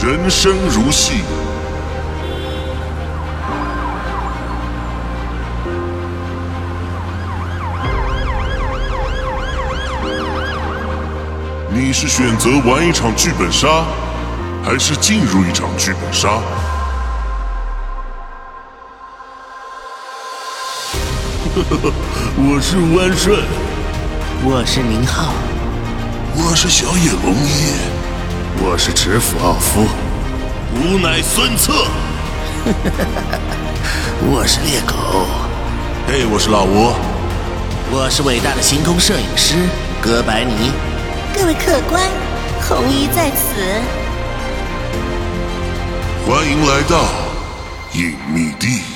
人生如戏，你是选择玩一场剧本杀，还是进入一场剧本杀？我是万顺，我是宁浩，我是小野龙一，我是直甫奥夫，吾乃孙策。我是猎狗，嘿，我是老吴。我是伟大的行空摄影师哥白尼。各位客官，红衣在此。欢迎来到隐秘地。